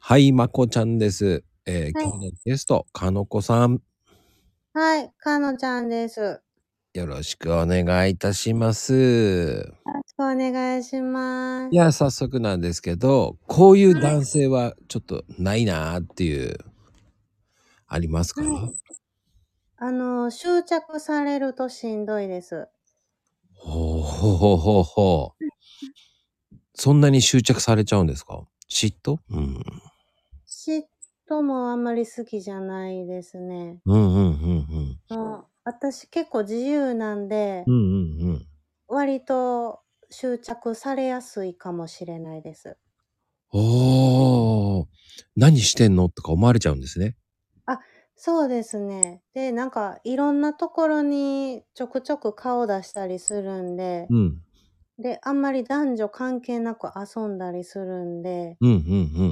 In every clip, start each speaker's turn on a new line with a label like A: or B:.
A: はい、まこちゃんです。えー、今
B: はい。
A: 日のゲスト、かのこさん。
B: はい、かのちゃんです。よ
A: よろしくお願いいたします。
B: ろしくお願いしま
A: い
B: す。
A: や、早速なんですけど、こういう
B: はい。
A: 男性はちょっとないなーっていう、ありますか
B: はい。あの、執着されるとしんどいです。
A: ほうほうほうほうほう。そんなに執着されちゃうんですか嫉妬うん。
B: 嫉妬もあんまり好きじゃないですね。
A: うんうんうん
B: あの私結構自由なんで、
A: うん。うんうんうん。
B: 割と執着されやすいかもしれないです。
A: おー。何してんのとか思われちゃうんですね。
B: あ、そうですね。で、なんかいろんなところにちょくちょく顔出したりするんで、
A: うん。
B: で、あんまり男女関係なく遊んだりするんで、
A: うんうんう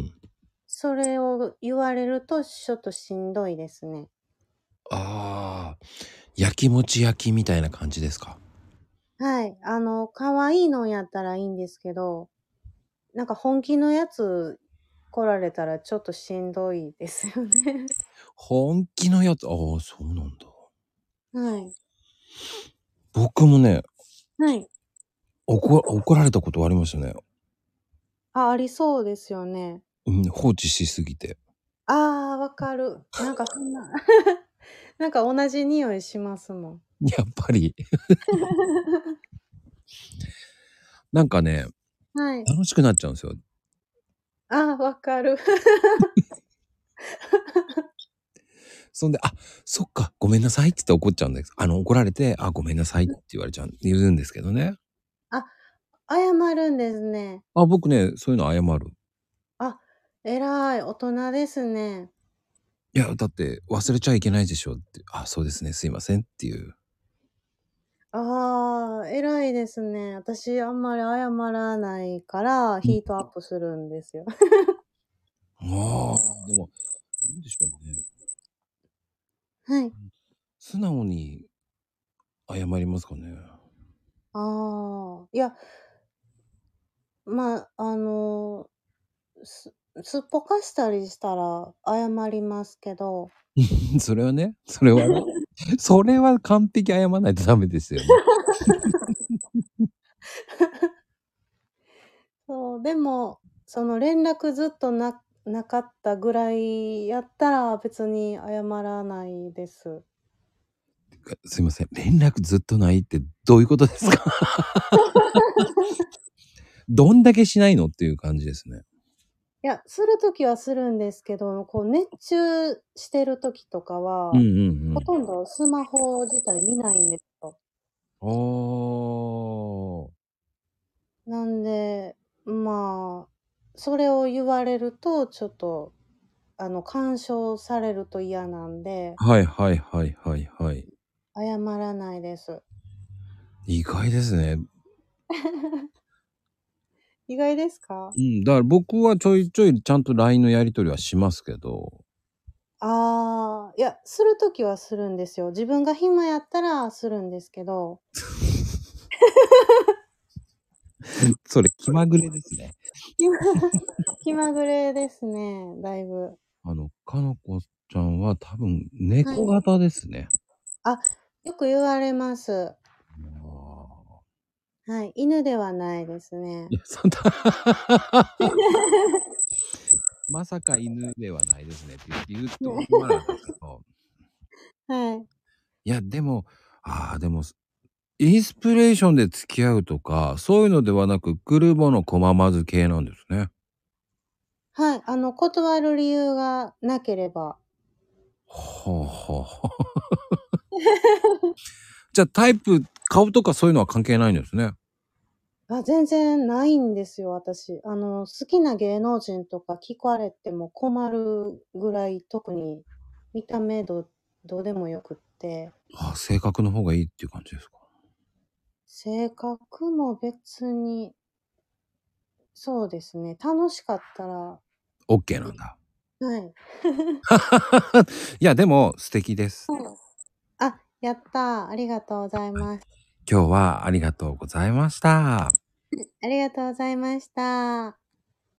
A: ん。
B: それを言われるとちょっとしんどいですね。
A: ああ、焼きもち焼きみたいな感じですか。
B: はい。あの、可愛いのやったらいいんですけど、なんか本気のやつ来られたらちょっとしんどいですよね。
A: 本気のやつ、ああ、そうなんだ。
B: はい。
A: 僕もね、
B: はい。
A: 怒怒られたことありましたね。
B: あ、ありそうですよね。
A: うん、放置しすぎて。
B: ああ、わかる。なんかそんな なんか同じ匂いしますもん。
A: やっぱり、なんかね、
B: はい。
A: 楽しくなっちゃうんですよ。
B: ああ、わかる。
A: そんで、あ、そっか、ごめんなさいって言って怒っちゃうんです。あの、怒られて、あ、ごめんなさいって言われちゃう、言うんですけどね。
B: あ、謝るんですね。
A: あ、僕ね、そういうの謝る。
B: あ、えらい、大人ですね。
A: いや、だって忘れちゃいけないでしょって。あ、そうですね、すいませんっていう。
B: ああ、えらいですね。私、あんまり謝らないから、
A: うん
B: ヒートアップするんですよ。
A: ああ、でも、なんでしょうね。
B: はい。
A: 素直に謝りますかね。
B: ああ、いや、まあ、あのす、すっぽかしたりしたら謝りますけど、
A: それはね、それ はね、それは完璧謝らないとダメですよね。
B: そう、でも、その連絡ずっとな、なかったぐらいやったら別に謝らないです。
A: すいません、連絡ずっとないってどういうこと ですかどんだけしないのっていう感じですね。
B: いや、するときはするんですけど、こう熱中してるときとか
A: うん
B: は、
A: うん
B: ほとんどスマホ自体見ないんですよ。
A: うん。おー。
B: なんで、まあ、それを言われると、ちょっと、あの、干渉されると嫌なんで、
A: はいはいはいはいはい。
B: 謝らないです。
A: 意外ですね。
B: 意外ですか
A: うん、だから僕はちょいちょいちゃんと LINE のやり取りはしますけど。
B: ああー、いや、するときはするんですよ。自分が暇やったらするんですけど、
A: それ気まぐれですね。
B: 気ま気まぐれですね、だいぶ。
A: あの、かのこちゃんは多分
B: は
A: 猫
B: い。
A: 型ですね。
B: あ、よく言われます。
A: あ
B: はい。犬ではないですね。
A: ーいや、そんな、 まさか犬ではないですねって言うと思わなかったですけど。
B: はい。
A: いや、でも、ああ、でも、インスピレーションで付き合うとか、そういうのではなく、グルボのコマまず系なんですね。
B: はい。あの、断る理由がなければ。
A: ほうほう ほう。じゃあタイプ、顔とかそういうのは関係ないんですね。
B: あ、全然ないんですよ、私。あの、好きな芸能人とか聞かれても困るぐらい、特に見た目ど、どうでもよくって。
A: ああ、性格の方がいいっていう感じですか。
B: 性格も別に、そうですね。楽しかったら、
A: OK なんだ。
B: はい。
A: いや、でも、素敵です。
B: はいあ、やったー。ありがとうございます。
A: 今日はありがとうございました。
B: ありがとうございました。